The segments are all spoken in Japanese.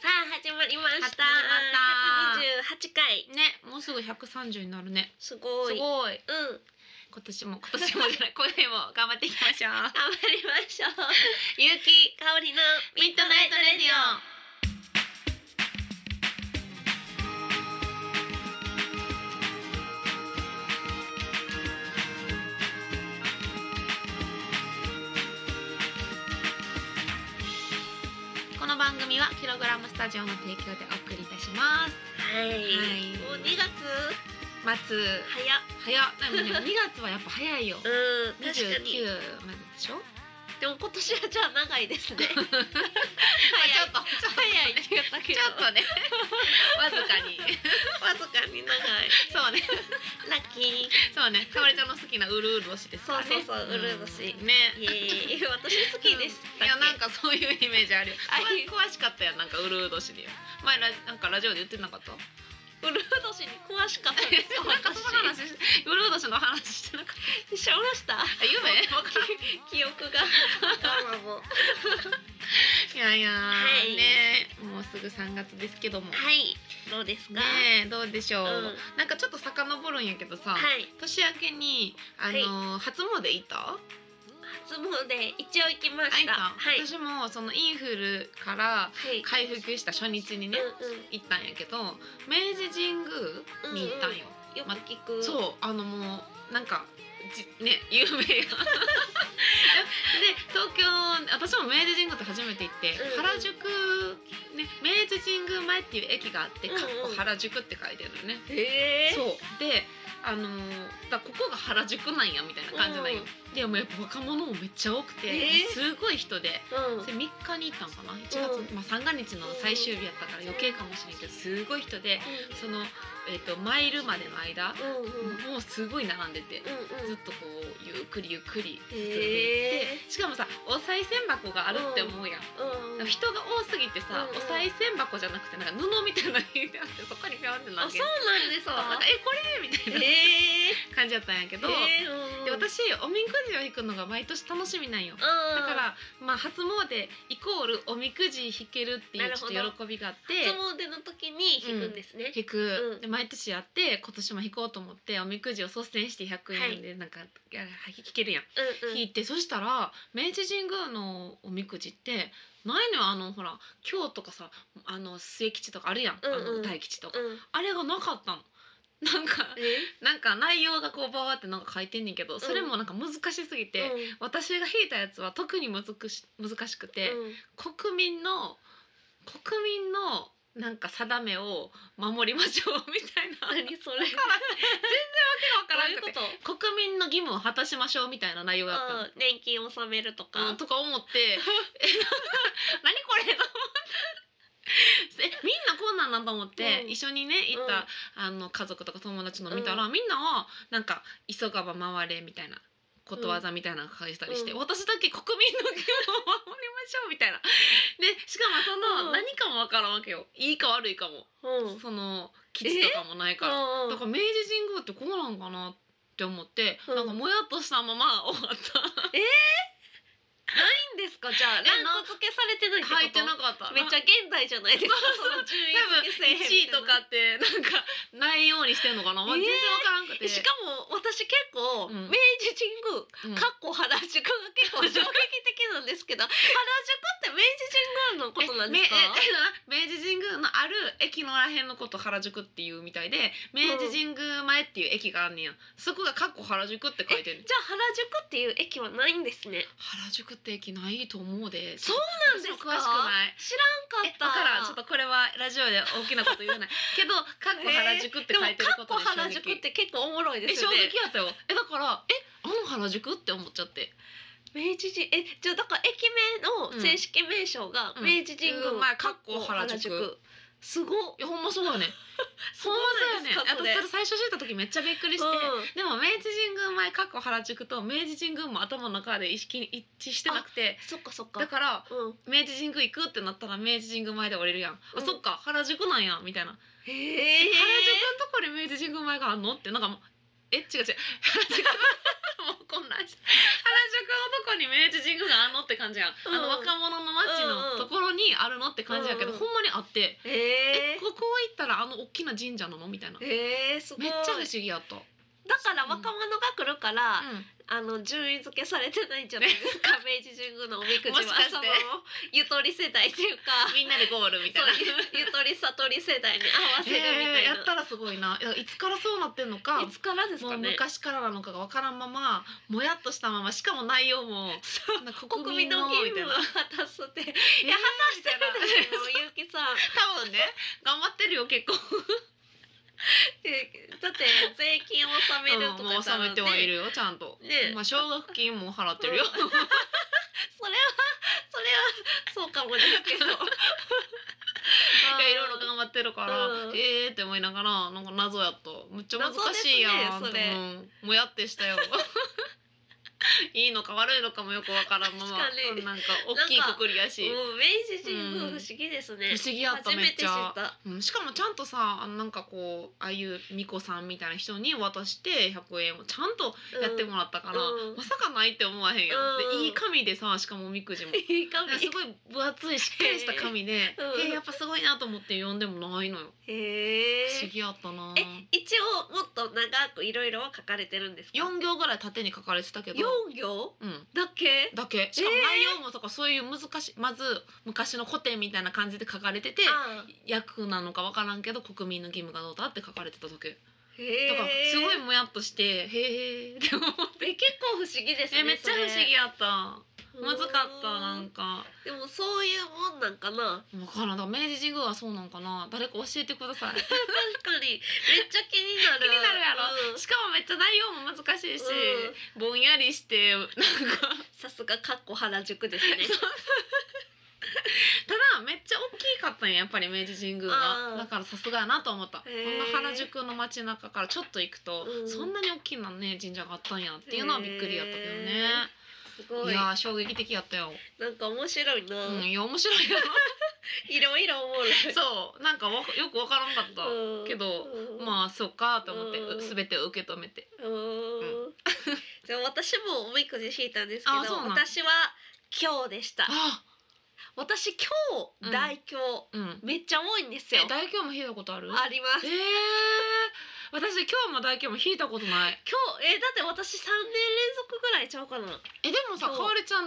始まりました。始128回。ねもうすぐ130になるねすすごい。ごういん、今年も今年もじゃ ない今年も頑張っていきましょう 頑張りましょう。ゆうき香りのミッドナイトレディオンこの番組はキログラムスタジオの提供でお送りいたしますはい。はいもう2月松早っ。早っでも ね二月はやっぱ早いようん、二確十か九に。まででしょでも今年はじゃあ長い ですね。早い。ちょっとちょっと早いって言ったけちど。ょっ とねわずかにわずかに長い。そうねラッキー。そうねかおりちゃんの好きなうるうるしですからねそうそうそううるうるしんねイエーイ。私好きです。いやなんかそういうイメージあるよあ詳詳しかったやんなんかうるう年で前ラなんかラジオで言ってなかったウルフ年に詳しかったん ですよ。なんかその私。話しうるう年の話してなかっしゃおろした。た夢 記憶 が。いやいや、はいねもうすぐ3月ですけども、はい。どうですか。ねどうでしょう、うんなんかちょっと遡るんやけどさ、はい。年明けにあの、初詣行った初詣一応行きまあ行し。ったたはい。私もそのインフルからはい。回復した初日にね、うんうん。行ったんやけど明治神宮に行ったんよ、よく聞く。そうあのもうなんかじね 有名なで東京私も明治神宮って初めて行って、うん原宿ね明治神宮前っていう駅があって「うんかうっんこ原宿」って書いてあるのよね、へえ。そうであのーだここが原宿なんやみたいな感じなんよ、でもうやっぱ若者もめっちゃ多くて、えーすごい人でうん。うん。それ3日に行ったんかな1月、うまあ、三が日の最終日やったから余計かもしれんけどすごい人でその、えー、とマイルまでの間、うんうん。もうすごい並んでて、うんうずっん。とこうゆっくりゆっくり進んでいって、へえ。しかもさお賽銭箱があるって思うやん、うん。人が多すぎてさ、うんうんお賽銭箱じゃなくてなんか布みたいなのにあってそこにピョンってなあ、っそてうなんですそうなんかか。えこれみたいなへえ。感じやったんやけど、へえうんで私おみくじを引くのが毎年楽しみなんよ、うん。だだから、まあ、初詣イコールおみくじ引けるっていなうるちほょどっと喜びがあって初詣の時に弾くんですね。引く、うんで毎年やって今年も引こうと思っておみくじを率先して100円でなんか、いや引けるやん、うんうん。引いてそしたら明治神宮のおみくじってないのよあのほら京とかさあの末吉とかあるやん、うんうんあの大吉とか、うん。あれがなかったの。なんかえ。なんか内容がこうバーってなんか書いてんねんけどそれもなんか難しすぎて、うん私が引いたやつは特に難し難しくて、うん国民の国民のなんか定めを守りましょうみたいなわ何それ。けがわからどういんうくこと。て国民の義務を果たしましょうみたいな内容だったのうん年金納めるとか。うんとか思ってえ 何これと思ってえみんなこんなんなんと思って、うん一緒にね行った、あの家族とか友達の見たら、うみんなはなんか「急がば回れ」みたいな。ことわざみたいなのが書いてたりして、うん私だけ国民の義務を守りましょうみ たいな。でしかもそうんの何かもわからんわけよ。いいか悪いかも。うん。その基地とかもないから。うんうんだから明治神宮ってこうなんかなって思って、うんなんかもやっとしたまま終わった。いいんですかじゃあランク付けされてないってこと履いてなかった。めっちゃ現代じゃないですかそうそうその多順位付け分制1位とかってなんかないようにしてんのかな、まあえー全然わからんくて、みたいなしかも私結構、うん明治神宮うんかっこ原宿が結構衝撃的なんですけど原宿って明治神宮のことなんですかえめええ明治神宮のある駅のらへんのこと原宿っていうみたいで明治神宮前っていう駅があんねやそこが「かっこ原宿」って書いてるじゃあ原宿っていう駅はないんですね原宿って駅ないと思うでそうななんですか詳しくない知らんかえっただからんちょっとこれはラジオで大きなこと言 わないけど「かっこ原宿」ってで書もいてるかこっことで衝撃原宿って結構おもろいでえすよ衝ね撃やったよえだからえあの原宿って思っちゃって明治神えじゃあだから駅名の正式名称がうん明治神宮、うんまあかっこ原宿すごっいやほんまそ うだねすそごうないだよでねすかそ私それれ最初知った時めっちゃびっくりして、うんでも明治神宮前かっこ原宿と明治神宮も頭の中で意識一致してなくてそっかそっかだからうん明治神宮行くってなったら明治神宮前で降りるやん、うんあそっか原宿なんやみたいな、へええ原宿のとこに明治神宮前 があんのってなんかもうえ違う違う原宿もう混乱した原宿のとここに明治神宮があんのって感じやん、うんあの若者の街うんうんのところにあるのって感じやけど、うんうんほんまにあって、ええここ行ったらあの大きな神社なのみたいな、ー、えー、すごいめっちゃ不思議やった、だから若者が来るから、あの順位付けされてないんじゃないです か明治神宮のおみくじはもしかしてそのゆとり世代っていうかみんなでゴールみたいなそうゆゆ とり悟り世代に合わせるみたいえーやな、ったらすごいないやいつからそうなってんのかいつからですかもうね昔からなのかがわからんままもやっとしたまましかも内容もそうなんか国民の義み務たいをな果たすって、いえーや果たしてるでしょみゆうき さん多分ね頑張ってるよ結構えだって税金を納めるとうんもかう納めてはいるるよちゃんと、ねまあ奨学金も払ってるよ、それはそれはそうかもです けどいいやいろいろ頑張ってるから、うんえーって思いながらなんか謎やとむっちゃ難しいやん、謎ですねうんもやってしたよ いいのか悪いのかもよくわからんまま確かになんか大きいくくりやしもう明治神宮不思議ですね、うん不思議やった初めて知っめったうんしかもちゃんとさあのなんかこうああいう巫女さんみたいな人に渡して100円をちゃんとやってもらったから、うんまさかないって思わへんやん、うんでいい紙でさしかもおみく じもいいなんかす紙ごい分厚いしっかりした紙で、うんえーやっぱすごいなと思って読んでもないのよへえ不思議やったな一応もっと長くいろいろは書かれてるんですか4行ぐらい縦に書かれてたけど、四行うん、だけだけしかも内容もとかそういう難しいまず昔の古典みたいな感じで書かれててあ役なのか分からんけど国民の義務がどうだって書かれてただけ。ーへだからすごいえもやっとして「へ え」って思って結構不思議ですねえめっちゃ不思議やったそれむずかったなんかでもそういうもんなんかな分からんだ明治神宮はそうなんかな誰か教えてく ださい確かにめっちゃ気になる 気になるやうろんしかもめっちゃ内容も難しいしぼんやりしてなんかさすがかっこ原宿です ねただめっちゃ大きかったんややっぱり明治神宮あーがだからさすがやなと思ったこへーんな原宿の街中からちょっと行くとうんそんなに大きなね神社があったんやっていうのはびっくりやったけどねすごいいやー衝撃的やったよなんか面白いなうんいや面白いよいろいろ思う そうなんかわかよくわからんかった、うんけどうんまあそうかと思って、うんすべてを受け止めてうーんじゃあ私もおみくじ引いたんですけあそうどなん私は今日でしたあ私今う日ん大凶、うんめっちゃ多いんですえよ大凶も引いたことあるありますえー、私今日も大凶も引いたことない今日えだって私三年連続ぐらいちゃうかなえでもさそうかわれちゃん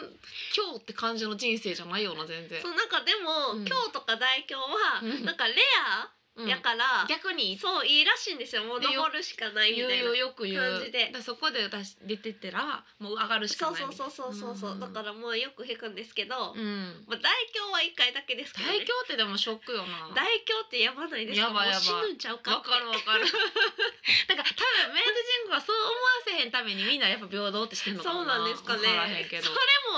今日って感じの人生じゃないよな全然そうなんかでも、うん今日とか大凶は、うんなんかレうアんやから、逆にそういいらしいんですよもうでよ登るしかないみ言たういなよよく言う感じでだそこで出し出てったらもう上がるしかそなういみたいそなうそうそうそうそう、んだからもうよく引くんですけど、うんまあ、大凶は一回だけですけど、大凶ね、ってでもショックよな大凶ってやばないですかやばいやばいもう死ぬんちゃうかわってかるわかる。 だから多分明治神宮はそう思わせへんためにみんなやっぱ平等ってしてんのかな。そうなんですかねわからへんけど。それ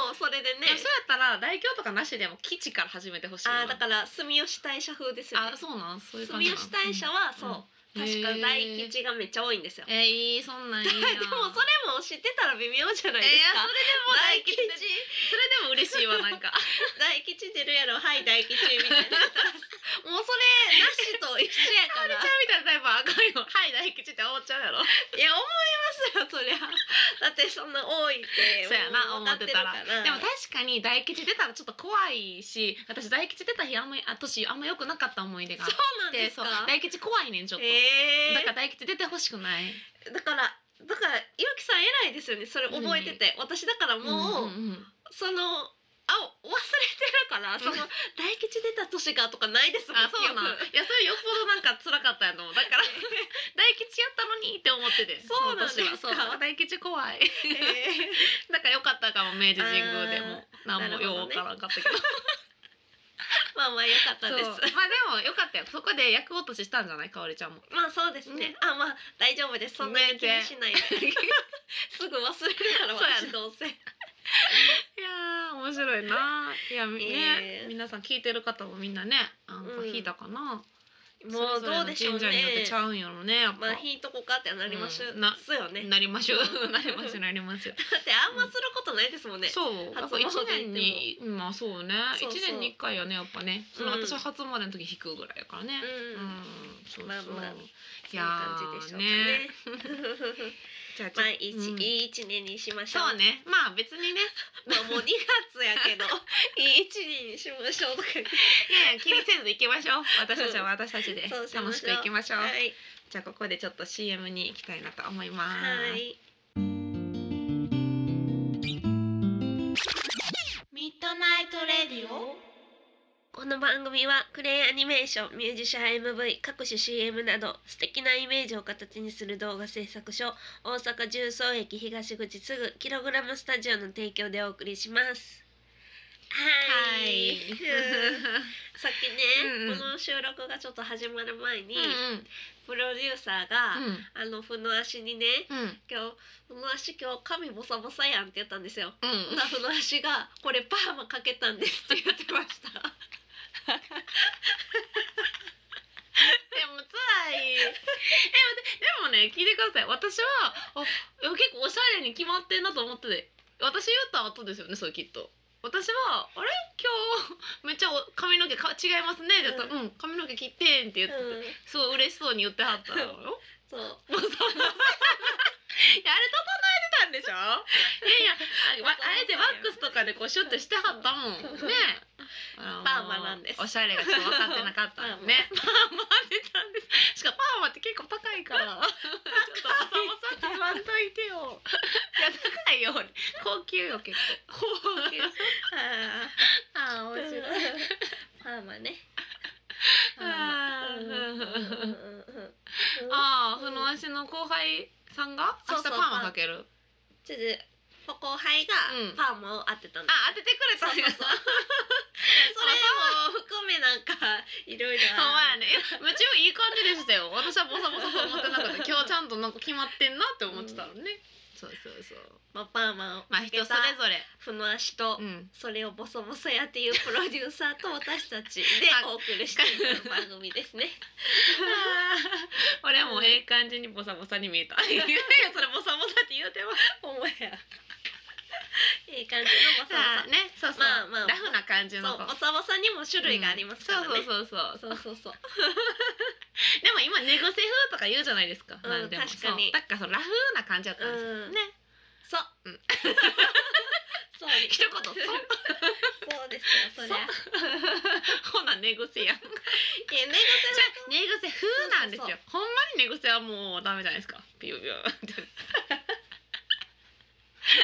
もそれででもねそうやったら大凶とかなしでも基地から始めてほしいわ。あーだから住吉大社風ですよねあそうなんそういう住感じなん。吉大社はそう、うん確か大吉がめっちゃ多いんですよ、えーいいそんなんいいな。でもそれも知ってたら微妙じゃないですえーいやか、それでも大大吉吉でそれでも嬉しいわなん か。大吉出るやろはい大吉みた いなもうそれなしと一緒やかあれちゃらんみたいなタイプはあかんよ。はい大吉って思っちゃうやろ。いや思いますよそりゃだってそんな多いってそうやなも分かてるからでも確かに大吉出たらちょっと怖いし、私大吉出た日あんまりあ年あんま良くなかった思い出があっそうなんて、ですそかう大吉怖いねんちょっと。えーだから大吉出てほしくない。だからだからゆうきさん偉いですよねそれ覚えてて、私だからもう、んんんそのあ忘れてるからそのうん大吉出た年がとかないですもんあ、そうなん。い記憶や、それよっぽどなんか辛かったやと思う。だ から大吉やったのにって思ってて。そうなんですかその年はそう大吉怖い。 えーだから良かったかも明治神宮でもなんもなるほどようわねからんかったけど。 まあまあよかったそうですまあでも良かったよ。そこで役落とししたんじゃない？かおりちゃんも。まあそうですね、ねあまあ大丈夫ですそんなに気にしないで すぐ忘れるからそうや私などうせいやー面白いな。いやねね、皆さん聞いてる方もみんなね、あのうん引いたかな。もうどうでしょうそれぞれの神社によってねちゃうんやろね。やっぱまあ引いとこかってなりますうんなすよねだなりましょう。なりましょう。なりましょう。ってあんますることないですもんねそう、やっぱ初詣一年に、まあそうね、そうそう一年に一回やね、やっぱね。そのうん私は初詣の時引くぐらいやからね。うんうん、そうそう。まあまあいいいや 感じでしょうかねーね。じゃあちょまっあといい一、うんいい一年にしましょう。そうねまあ別にねまあもう二月やけど、 いい一年にしましょうとか言って。いやいや気にせず行きましょう私たちは私たち でそうしましょう楽しく行きましょう、はい。じゃあここでちょっと CM に行きたいなと思います、はい。ミッドナイトレディオこの番組はクレイアニメーションミュージシャン MV 各種 CM など素敵なイメージを形にする動画制作所大阪重曹駅東口すぐキログラムスタジオの提供でお送りします。ははいい さっきね、うんうんこの収録がちょっと始まる前に、うプロデューサーが、んうんあのふの足にねうん「今日ふの足今日髪ボサボサやん」って言ったんですよ。うんふなふの足が「これパーマかけたんです」って言ってました。でも辛い。え、待ってでもね、聞いてください。私は、あ、いや結構おしゃれに決まってんなと思ってて。私言った後ですよね、それきっと。私は、あれ、今日、めっちゃお髪の毛か、違いますね、って言ったら、うん、髪の毛切ってんって言ってて。うんすごい嬉しそうに言ってはったのよ。そうもうそんないやあれ整えてたんでしょいやい やあわあえてワックスとかでこうシュッとしてはったもんねパーマなんですおしゃれがちょっと分かってなかったのね パーマ出たんですしかもパーマって結構 高いからちょっとボサボサって言わんといてよ いや高いよ高級よ結構高級ああーあ面白いパーマね。あうんうんうんうんあーふの足の後輩さんが明そう日そうパーマかけるちょっと後輩がうんパーマを当てたんです。あ当ててくれたそうそうそう。それも含めなんかいろいろほんまやね。えむちゃいい感じでしたよ。私はボサボサと思ってなかっ た。今日ちゃんとなんか決まってんなって思ってたのね。そうそうそう。まあ、パーマをまあかけ人たそれぞれ。ふの足と、うん。それをボソボソやっていうプロデューサーと私たちであお送りしている番組です ね。 俺はもうええ感じにボサボサに見えた。 いやいやそれボサボサって言う てます。お前や。いい感じのボサさあね、そうそう。まあまあラフな感じボサ。のそう、子。ボサボサにも種類がありますからね。うんそうそうそうそそう。うそうそう。でも今寝癖風とか言うじゃないですか。うんなんでも確かにそうだからそのラフな感じだったんですよ。うんね。そう。うん そう。一言そうそうですよ。そりゃ。 ほな寝癖やいや、ん。寝 じゃあ寝癖風なんですよそうほんまに寝癖はもうダメじゃないですかピューピューって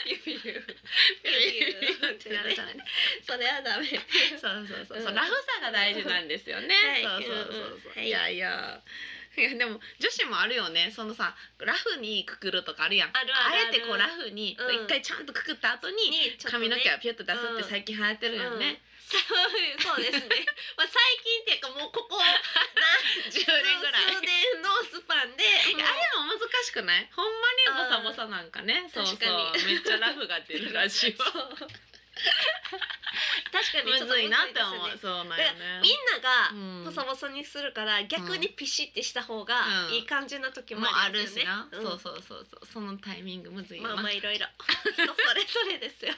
ピューピューピューピューってなるじゃないですか癖それはダメ。そうそうそう、うんそうラフさが大事なんですよね、はいそうそうそうそう、うんうんはいい、やいやいやでも女子もあるよねそのさラフにくくるとかあるやんあるあるあるえてこうラフにこううん一回ちゃんとくくった後ににちょっとね髪の毛はピュッと出すってうん最近流行ってるよね、そうそうですね。まあ、最近っていうか、もうこ こ。 10年ぐらい数年のスパンで。いやあれも難しくないほんまにボサボサなんかね、そうそう確かにめっちゃラフが出るラ ジそうオ確かにむちょっとずいなって思むうずいですねそうなんよねみんうなんがボサボサにするから逆にピシってした方がうんいい感じな時ももああるんるですしよねな、んそうそうそうそうそのタイミングむずいよまな、あまあい ろいろ人それぞれですよ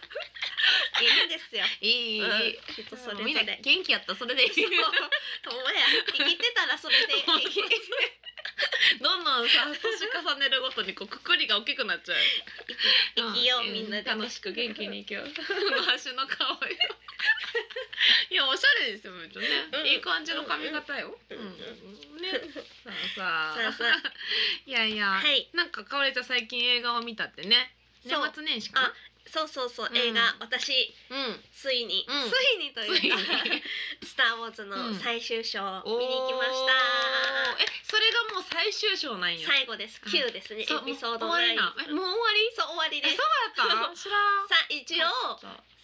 いいんですよいいいい、うんいい人それぞみんなれ元気やったらそ れでいいそう ほんまや生きてたらそれでいほんまい どんどんさ年重ねるごとにこうくくりが大きくなっちゃう生きよううんみんなで楽しく元気に生きよう この足 の顔よいやおしゃれですよめっちゃね、うんいい感じの髪型よ、うんうんねさあさあさあさいやいや、はいなんかかおりちゃん最近映画を見たってね年そう末年始かなそうそうそううん映画私うんついにうんついにとついいにうか スターウォーズの最終章を見に行きましおーえそれがもう最終章なんたや最後ですうん9ですねエそうピソードもう9終わりなえもう終わりそう終わりですそう やったの知らんさ一応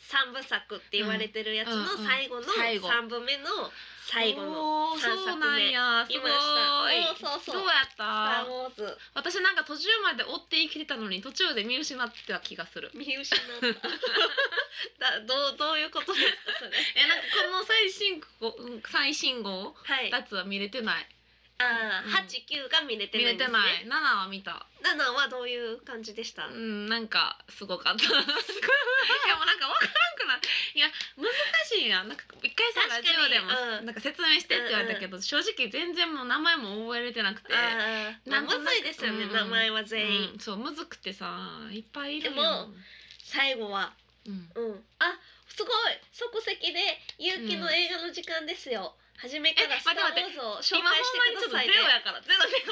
三部作って言われてるやつのうん最後のうん最後三部目の最後のおー三作目そうなんやす見ごましたいおーそうそうどうやっ「スター・たウォーズ私なんか途中まで追って生きてたのに途中で見失ってた気がする」見失った だどうどういうことですかそれえなんかこの最新号うん最新号はいやつは見れてないあうんあ、八九が見れて見なれいんでてすないね。七は見た七はどういう感じでした？ううんんなんかす ごかったいやもうなんかわからんくなるいや難しいやんなんか一回さラ確ジかオにでも、うんなんか説明してって言われたけど、正直全然もう名前も覚えれてなくて、ああ、まあなんむとなくずいですよね。うん名前は全員。うんそうむずくてさいっぱいいるよでも最後は、うんうん。あ、すごい。即席で勇気の映画の時間ですよ。初めからえスターウ待ってォーズを紹今ほん介ましてにくちょだっとさいゼね。ロやからゼロゼゼロ。あ、ロ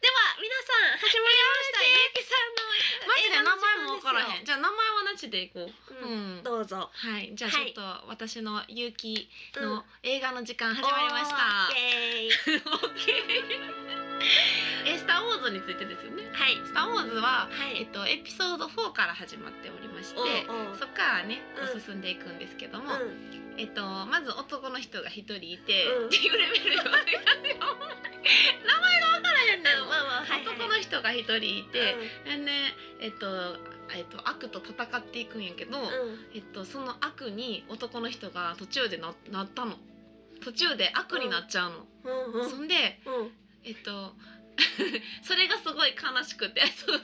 では皆さん始まりました。ゆうきさんのマジで名前もわからへんん。じゃあ名前はなしでいこううんうんどうぞ。はいじゃあちょっと私の勇気うんの映画の時間始まりましたおーイエーイオッケー えスターウォーズについてですよねはい。スターウォーズははえっい。とエピソード4から始まっておりましておうおうそっからねうん進んでいくんですけども、うん。えっと、まず男の人が一人いて、うんっていうレベルではない よ名前がわからへんねあん、まあまあはいはい。男の人が一人いて、うんでねえっとえっと悪と戦っていくんやけど、うんえっとその悪に男の人が途中でななったの途中で悪になっちゃうの、うんうんそんでうんえっと それがすごい悲しくて そうそう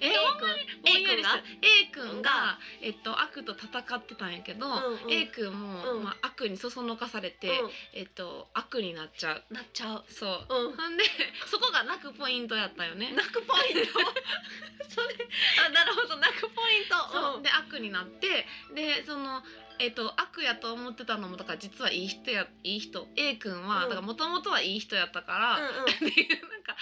え A ほんぼんやり君した A 君がが、えっと、悪と戦ってたんやけど、うんうん A 君も、うんまあ、悪にそそのかされて、えっと、悪になっちゃうなっちゃうそう、うんほんでそこが泣くポイントやったよね泣くポイントそれあなるほど泣くポイントそうで悪になってでそのえっと悪やと思ってたのもだから実はいい人やいい人 A 君はうんだからもともとはいい人やったから、っていうなんか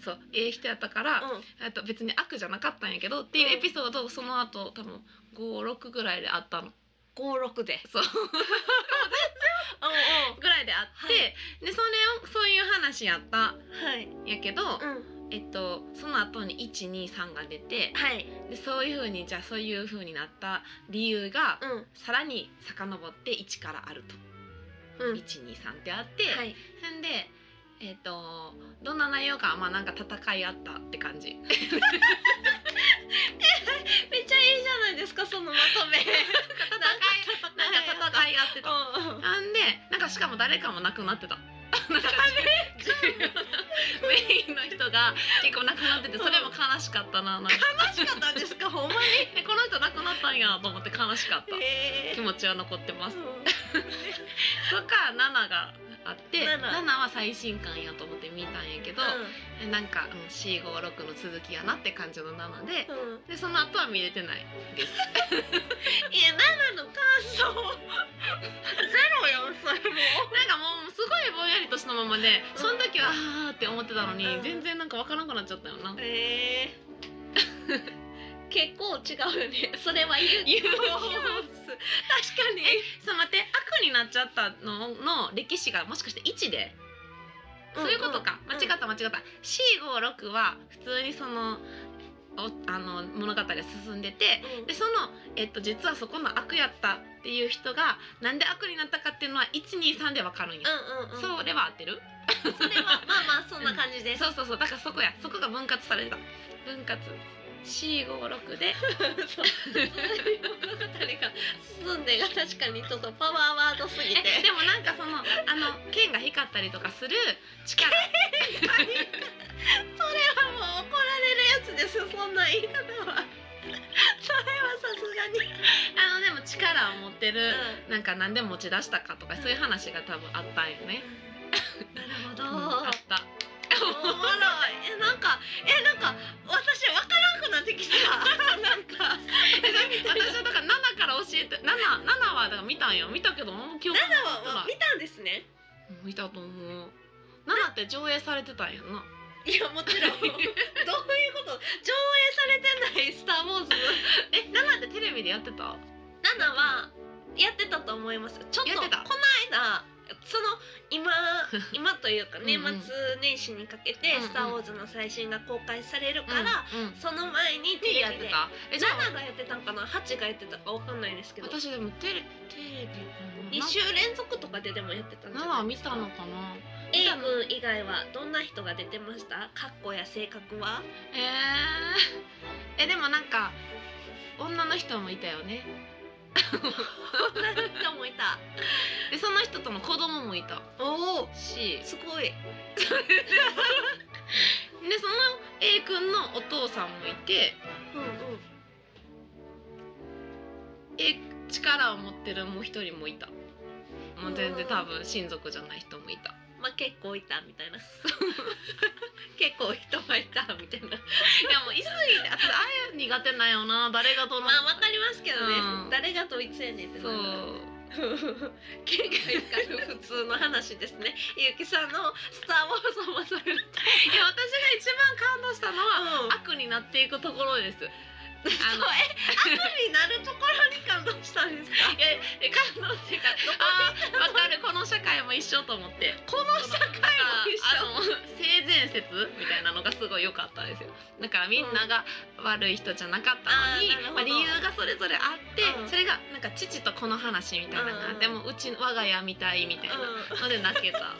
そうええ人やったから、うんうんうんえっと別に悪じゃなかったんやけどっていうエピソードをその後多分56ぐらいであったの五六でそううんうぐらいであって、はいでそれをそういう話やったんはいんやけど、うんえっとその後に123が出てはいでそういう風にじゃあそういう風になった理由が、うんさらに遡って1からあると、うん123ってあって、はいそんでえっ、とどんな内容かはまあなんか戦いあったって感じなんかめっちゃいいじゃないですかそのまと め戦いなんなんか戦いあってた戦いうんなんでなんかしかも誰かも亡くなってたなんかメインの人が結構亡くなっててそれも悲しかったななんか悲しかったんですかほんまにえこの人亡くなったんやと思って悲しかったへ気持ちは残ってますう。んそっから7があって7 7は最新刊やと思って見たんやけど、なんか、うん、456の続きやなって感じの7でうんうんでその後は見れてないです。いや七の感想ゼロよそれもなんかもうすごいぼんやりとしたままでその時はあーって思ってたのに、うん全然なんかわからなくなっちゃったよな。えー、 結構違うよねそれは勇気勇気をを持持つ確かにそう待って悪になっちゃったのの歴史がもしかして1で、そういうことかうん間違った間違った C56 は普通にそのおあの物語が進んでてでその、えっと、実はそこの悪やったっていう人がなんで悪になったかっていうのは123でわかるんや、うんうんうんそうでは合ってるそれは まあまあそんな感じです、そうそうそうだからそこやそこが分割されてた分割 C56 でそう物語が進んでが確かにちょっとパワーワードすぎてえでもなんかそのあの剣が光ったりとかする 力それはもう怒られるやつですそんな言い方はそれはさすがに、あのでも力を持ってる、なんか何で持ち出したかとかそういう話が多分あったんよね。なるうんほど、あった。 おもろいえなんかえなんか私わからんくなってきたなんか私はだから7から教えて7 7はだから見たんよ見たけどもう記憶7は見たんですねうん見たと思う。7って上映されてたんやな。いやも ちろんどういうこと上映されてない「スター・ウォーズえ7ってテレビでやってた？」 7はやってたと思いますちょっとやこっのてた間その 今今というかうん年末年始にかけてうん「うんスター・ウォーズ」の最新が公開されるから、うんうんその前にテテレビレやっビでてた。えじゃあ7がやってたんかな8がやってたかわかんないですけど私でもテレテレビ2週連続とかででもやってたんじゃ7なはい見ですかたのかな。見 A たの君以外はどんな人が出てましたかっこや性格 はえー、えでもなんか女の人もいたよね。女の人もいたでその人との子供もいたおおしすごいでその A 君のお父さんもいてうんうん A 力を持ってるもう一人もいたもう全然多分親族じゃない人も いたまあ結構いたみた いな結構人がいたみたいないやもういすぎてあああいう苦手なんよな誰がどのまあわかりますけどね、うん誰が統一やねんってそなるからう県外から普通の話ですね。ゆうきさんのスターウォーズをそれる。いや私が一番感動したのは、うん悪になっていくところですああののえ、悪になるところに感動したんですか。いやえ感動っていうかあーわかるこの社会も一緒と思ってこの社会も一緒。あの性善説みたいなのがすごい良かったですよだからみんなが悪い人じゃなかったのに、あーなるほどまあ、理由がそれぞれあって、うんそれがなんか父とこの話みたいなのがあって、うんもううち我が家みたいみたいなうんので泣 けたなんか、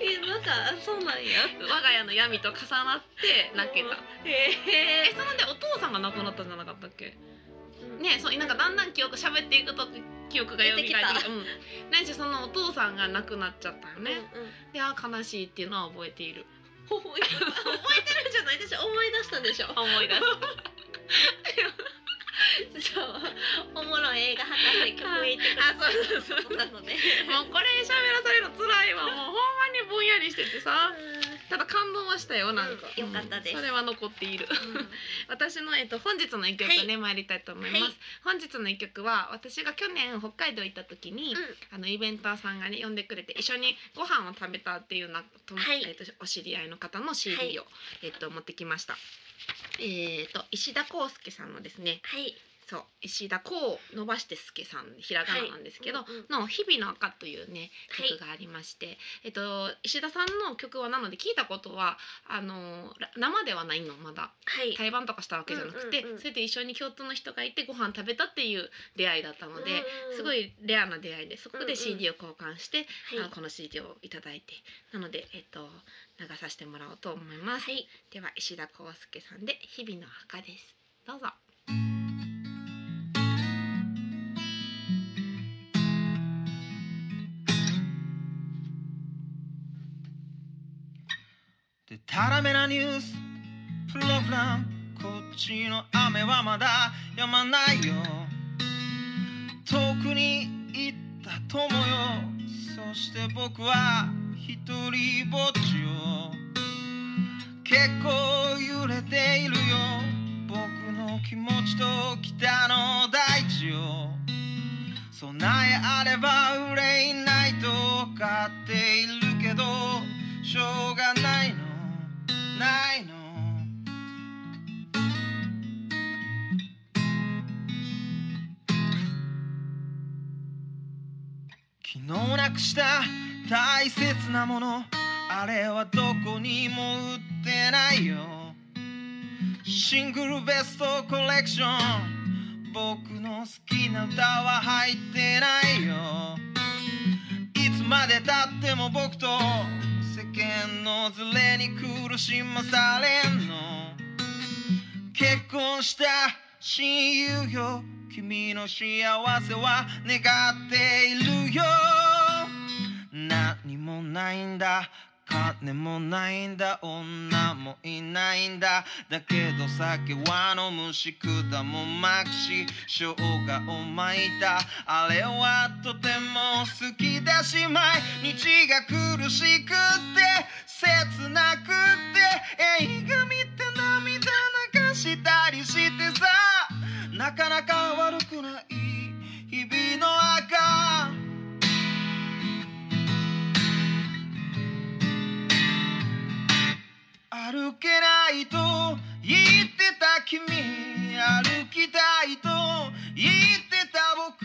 え、なんか、そうなんや。我が家の闇と重なって泣けた。えへえ。そのでお父さんが亡くなったんじゃなかったっけねそうなんかだんだん記憶喋っていくと記憶が蘇ってきて出てきたうん、なんしそのお父さんが亡くなっちゃったよね、うんうん。であー悲しいっていうのは覚えている覚えてる覚えてるんじゃないでしょ。思い出したんでしょ。思い出 すそう。おもろい映画博士曲へ行ってくあれそうそうそうなので。もうこれ喋らされるの辛いわもうほんまにぼんやりしててさただ感動はしたよなんか、うんよかったですそれは残っているうん私の、えっと、本日の一曲ね、参りたいと思います、はい本日の一曲は私が去年北海道行った時に、うんあのイベンターさんがね呼んでくれて一緒にご飯を食べたっていうなと、はいえっとお知り合いの方の CD を、はいえっと持ってきましたえっと石田康介さんのですねはい。そう石田康伸ばして介さんひらがななんですけど、はいうんうんの「日々の赤」というねはい曲がありまして、えっと、石田さんの曲はなので聞いたことはあのら生ではないのまだはい。対バンとかしたわけじゃなくて、うんうんうんそれで一緒に共通の人がいてご飯食べたっていう出会いだったので、すごい。いレアな出会いでそこうんうでん CD を交換して、はあこの CD をいただいてなので、えっと、流させてもらおうと思います、い。はい。では石田康介さんで「日々の墓」ですどうぞでたらめなニュースプログラムこっちの雨はまだ止まないよ遠くに行った友よそして僕は一人ぼっちよ結構揺れているよ僕の気持ちと北の大地よ備えあれば憂いないと分かっているけどしょうがないのないの昨日なくした大切なものあれはどこにも売ってないよシングルベストコレクション僕の好きな歌は入ってないよいつまでたっても僕と世間のズレに苦しまされんの結婚した親友よ君の幸せは願っているよ何もないんだ金もないんだ女もいないんだだけど酒は飲むし果も巻くし生姜を巻いたあれはとても好きだし毎日が苦しくて切なくて映画見て涙流したりしてさなかなか悪くない日々の赤歩けないと言ってた君歩きたいと言ってた僕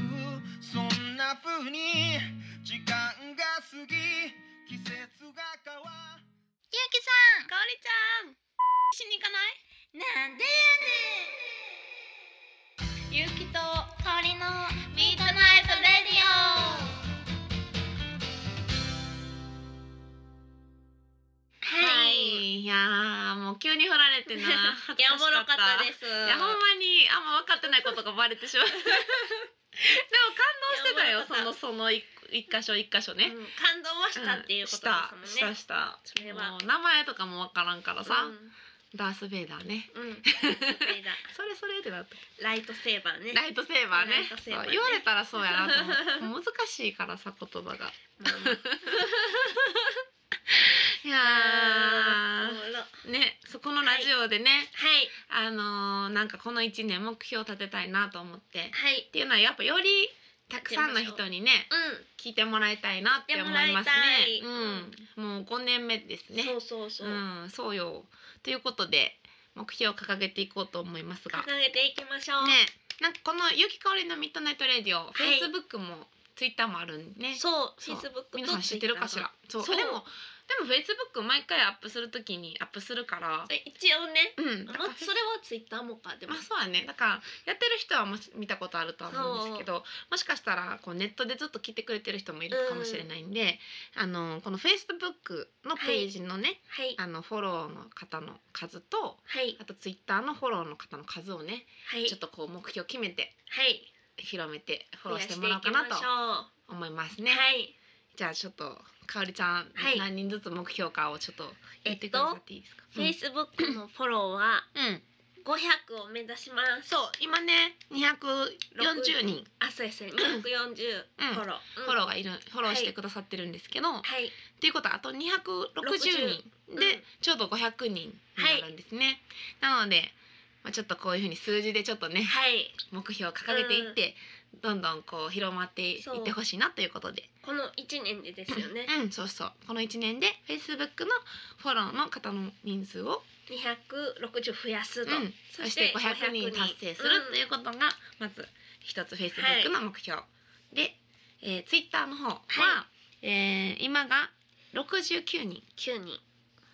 そんな風に時間が過ぎ季節が変わゆうきさんかおりちゃんしに行かないなんでやねんゆうきとかおりのミートナイトレディオはい。いやーもう急急に振られていな やおもろかったですいやほんまにあんま分かってないことがバレ てしまうでも感動してたいやよおもろかそったのその一一箇所一箇所ね、うん感動はしたっていうことんですしたもんねし、たそれはもう名前とかも分からんからさ、うんダース・ベイダーねうん、それだそれそれってなってライトセーバーね ライトセーバーねライトセーバーねそう言われたらそうやなと思って難しいからさ言葉がいやあーおもろはーねそこのラジオでね、いあのーなんかこの1年目標を立てたいなと思ってっはいていうのはやっぱよりたくさんの人にねう聞いてもらいたいなって思い聞いてまもらいすたいね。うん、もう5年目ですん、ね。そうそうそう、うん、そうよ。ということで目標を掲げていこうと思いますが、掲ね、げていきましょう、なんかこのゆきかおりのミッドナイトレディオ、い Facebook も Twitter もあるんでね。そうそう Facebook と皆さん知ってるかしら。そう。そうでもでも Facebook 毎回アップするときにアップするから。 Twitter 一応ねうん、まだからそれは Twitter もかでもまあそうだねだからやってる人はもし見たことあるとは思うんですけどもしかしたらこうネットでずっと聞いてくれてる人もいるかもしれないんで、あのこのフェイスブックのページのね、はいあのフォローの方の数とはいあとツイッターのフォローの方の数をねはいちょっとこう目標決めてはい広めてフ増ォローやしてもらおうかなしてといきましょ思いますうね。はいじゃあちょっとかおりちゃん、はい何人ずつ目標かをちょっと言ってくださっていいですか、うん Facebook のフォローはうん、 500を目指しますそう今ね240人あそうですね240フォロー、うんフォローがいる、フォローしてくださってるんですけど、はいっていうことはあと260人で、うんちょうど500人になるんですね、なので、まあ、ちょっとこういうふうに数字でちょっとねはい目標を掲げていって、どんどんこう広まっていそうってほしいなということでこの1年でですよねうんそうそうこの1年で Facebook のフォローの方の人数を、 260増やすうと、ん、そして500人達成するといううことがまず一つ Facebook の目標、で、えー、Twitter の方は、はえー今が69人。 9人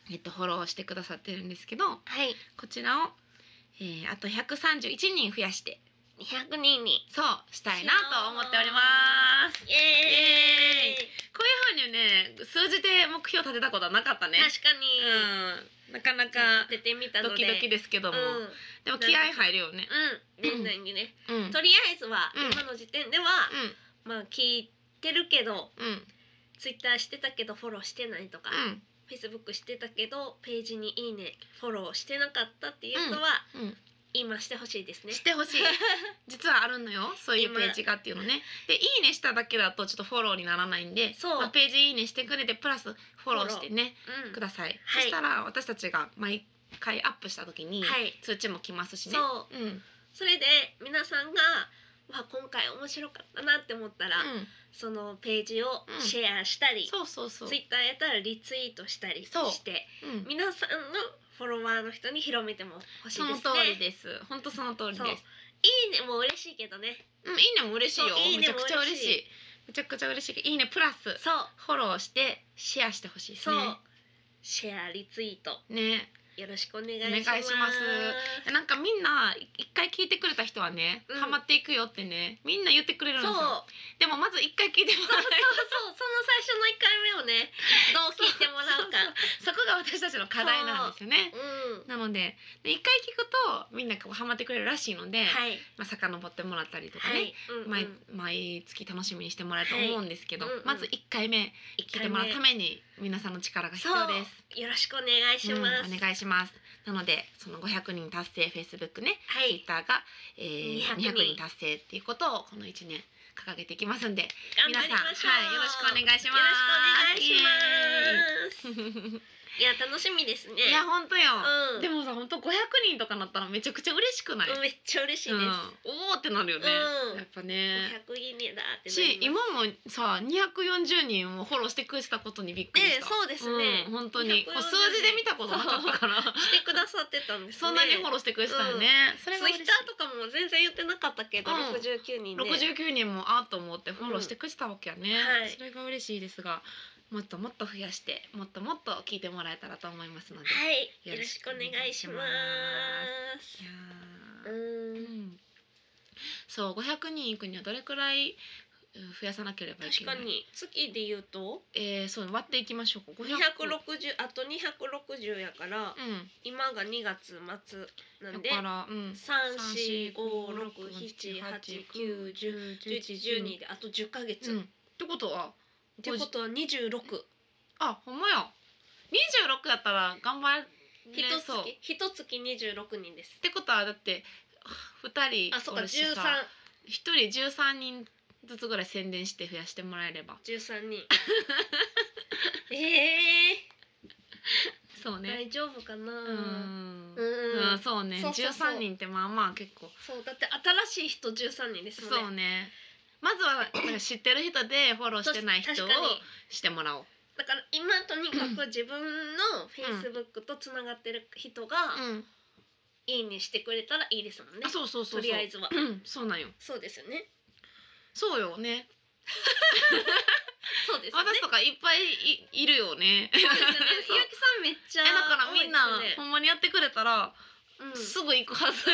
えっと、フォローしてくださってるんですけどはいこちらを、えー、あと131人増やして200人にそうしたいなと思っておりますイエーイこういうふうにね数字で目標立てたことはなかったね確かに、うんなかなか出てみたのでドキドキですけどうも、ん、うん、でも気合入るよね年内にね、うんうんとりあえずは、うん今の時点では、まあ聞いてるけどうんツイッターしてたけどフォローしてないとか、フェイスブックしてたけどページに「いいね」フォローしてなかったっていう人は、うんうん今してほしいですねし。てほしい 実はあるのよそういうページがっていうのねで「いいね」しただけだとちょっとフォローにならないんでそうまあ、ページ「いいね」してくれてプラスフォローしてねうんください、はいそしたら私たちが毎回アップした時にはい通知も来ますしね、そううん、うん、それで皆さんがわ今回面白かったなって思ったら、そのページをうんシェアしたり、そうそうそうツイッターやったらリツイートしたりそうしてうん皆さんのフォロワーの人に広めてもほしいそでのす通ね。りです本当その通りですそういいねも嬉しいけどね。う、ん、いいねも嬉しいよそういいめちねゃもく嬉しいちゃ嬉しいめちゃくちゃ嬉しいけどいいねプラスそうフォローしてシェアしてほしいですそう、ねシェアリツイートねよろしくお願いしお願いしまますす。なんかみんな一回聞いてくれた人はね、うんハマっていくよってねみんな言ってくれるんですそうよでもまず一回聞いてもそうそう らわないそうその最初の一回目をねどう聞いてもらうか。そこが私たちの課題なんですよねうん。なのでで一回聞くとみんなこうハマってくれるらしいので、はいまあ遡ってもらったりとかね、はい。うん毎うん毎月楽しみにしてもらえると思うんですけど、はいうんうんまず1回目聞いてもらうために皆さんの力が必そう要です。よろしくお願いします。うんお願いします。なのでその500人達成 Facebook ね、は Twitter い。が、えー、 200 200, 人人達成っていうことをこの1年掲げていきますんで頑皆張さん、りましょう。、はいよろしくお願いしよます。ろしくお願いします。イエーイいや楽しみですね。いや本当よ、うんでもさ本当500人とかなったらめちゃくちゃ嬉しくない、めっちゃ嬉しいです。うん、おーってなるよね、うんやっぱね500いいねだってなしり今ます。もさ240人をフォローしてくれてたことにびっくりした、ねそうですねん本当に240こう数字で見たことなかった から来てくださってたんですね。そんなにフォローしてくれてたよね、ツイそれッが嬉しいターとかも全然言ってなかったけど、うん六十九人で。 69人もあーと思ってフォローしてくれてたわけやね、うんはいそれが嬉しいですがもっともっと増やしてもっともっと聞いてもらえたらと思いますので、い、はい、よよろろししくくおお願願いいししまます。やーう、うんんそう500人行くにはどれくらいうん増やさなければいけ確なかいに月で言うとえー、そう割っていきましょうか260 500あと260やからう今が2月末なんんでだからうん3456789101112 1112であと10ヶ月、うんっってことはてことは26あほんまや26だったら頑張れ一月そうっ一月26人ですてことはだって2人あそっかおるしさ1人13人ずつぐらい宣伝して増やしてもらえれば1313人 ええそうね大丈夫かなうーんうんうんそうねそうそうそう13人ってまあまあ結構そうだって新しい人13人ですもんねそうねまずはなんか知ってる人でフォローしてない人を確かにしてもらおうだから今とにかく自分のフェイスブックとつながってる人がうんいいにしてくれたらいいですもんねあそうそうそうそうとりあえずはうんそうなんよそうですよねそうよねそうですよね私とかいっぱいいいるよねえ そうですよねそうゆうきさんめっちゃだからみんな多いですほねんまにやってくれたらうんすぐ行くはず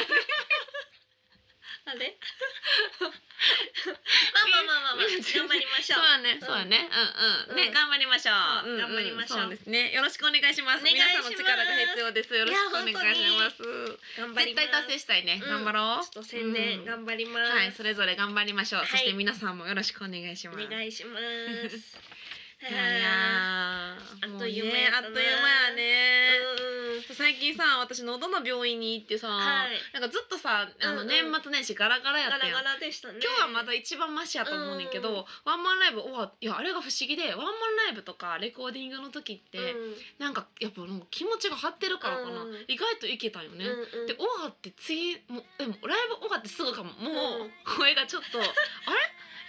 あれまあまあまあまあまあ頑張りましょそううやうねんそうやねううんうんんね頑張りましょううんんん頑張りましょうそうですねよろしくお願いしますお願いし皆ますさんの力が必要ですよろしくお願いします頑張り絶ます対達成したいねうん頑張ろちょっと宣伝頑張りまうはいすそれぞれ頑張りましょはいうそして皆さんもよろしくお願いしおます願いしますいやいはやあもっうねという間やったあなっという間やねーうん最近さ私喉の病院に行ってさ、はいなんかずっとさあうんうのん年末年始ガラガラやったガやん、ラガラでしたね今日はまだ一番マシやと思うねんけど、うんワンマンライブおわいやあれが不思議でワンマンライブとかレコーディングの時って、うんなんかやっぱなんか気持ちが張ってるからかな、うん意外といけたんよね。うんうんで終わって次もうでもライブ終わってすぐかももううん声がちょっと、あれ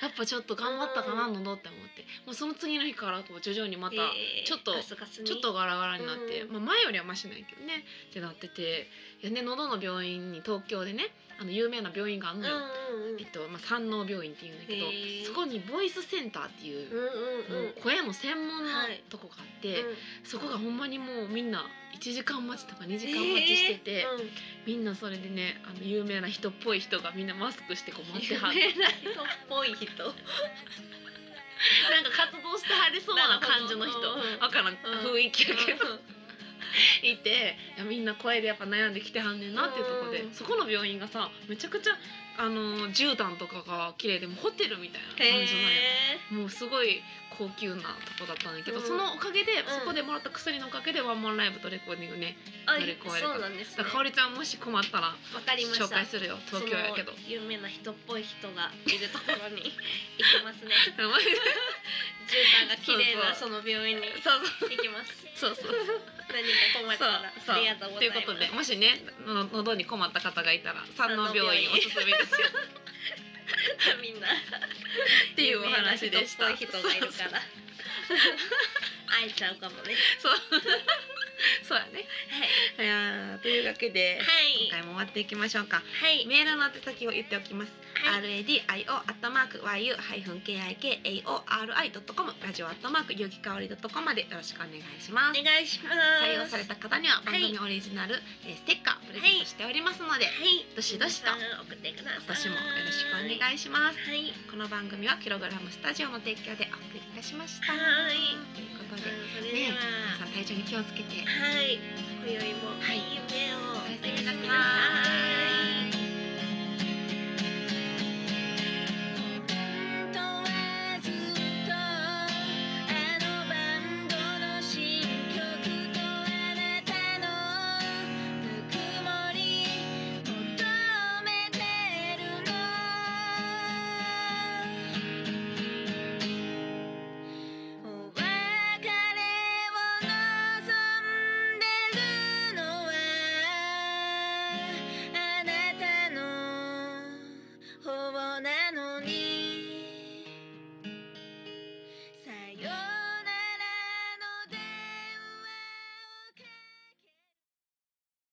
やっぱちょっと頑張ったかな喉って思ってもうその次の日からこう徐々にまたえーちょっとガスガスにちょっとガラガラになって、うんまあ、前よりはマシないけどねってなってていや、ね、喉の病院に東京でねあの有名な病院があるうんのうよ、んうんえっとまあ、山王病院っていうんだけどへーそこにボイスセンターっていう,、うんうんうんもう声の専門のはいとこがあって、そこがほんまにもうみんな1時間待ちとか2時時間待ちしてて、うんみんなそれでねあの有名な人っぽい人がみんなマスクしてこう待ってはっ有て名な人っぽい人 なんか活動してはりそうな感じの人なるほどうんわからんうん雰囲気やけど。 いていやみんな声でやっぱ悩んできてはんねんなっていうところで、うんそこの病院がさめちゃくちゃあの絨毯とかが綺麗でもうホテルみたいな感じなんやへもうすごい高級なとこだったんだけど、うんそのおかげで、んそこでもらった薬のおかげでワンマンライブとレコーディングねーあ乗り越えれたそうなんですねだからかおりちゃんもし困ったらわかりました紹介するよ東京やけどそ。の有名な人っぽい人がいるところ に行きますね絨毯が綺麗なそその病院に行そうきます そうそうそう何か困ったらそうありがとうごとざいいうますことでもしねの喉に困った方がいたら山王病院おすすめですよみんなっていうお話 でした。有名な人っぽい人がいるから会えちゃうかもねそう。そうやね。いやーというわけで、はい今回も終わっていきましょうか。はいメールの宛先を言っておきます。はい R A D I O アットマーク Y U ハイフン K I K A O R I ドットコムラジオアットマークゆうきかおりドットコムまでよろしくお願いします。お願いします採用された方には番い組オリジナル、えーステッカープレゼントしておりますので、はいどしどしと皆さん送ってください今年もよろしくお願いします。はいこの番組はキログラムスタジオの提供でお送りいたしました。はいということで、それでねは、皆さん体調に気をつけて。はい今宵もいい夢を、おやすみおなさいやすみなさい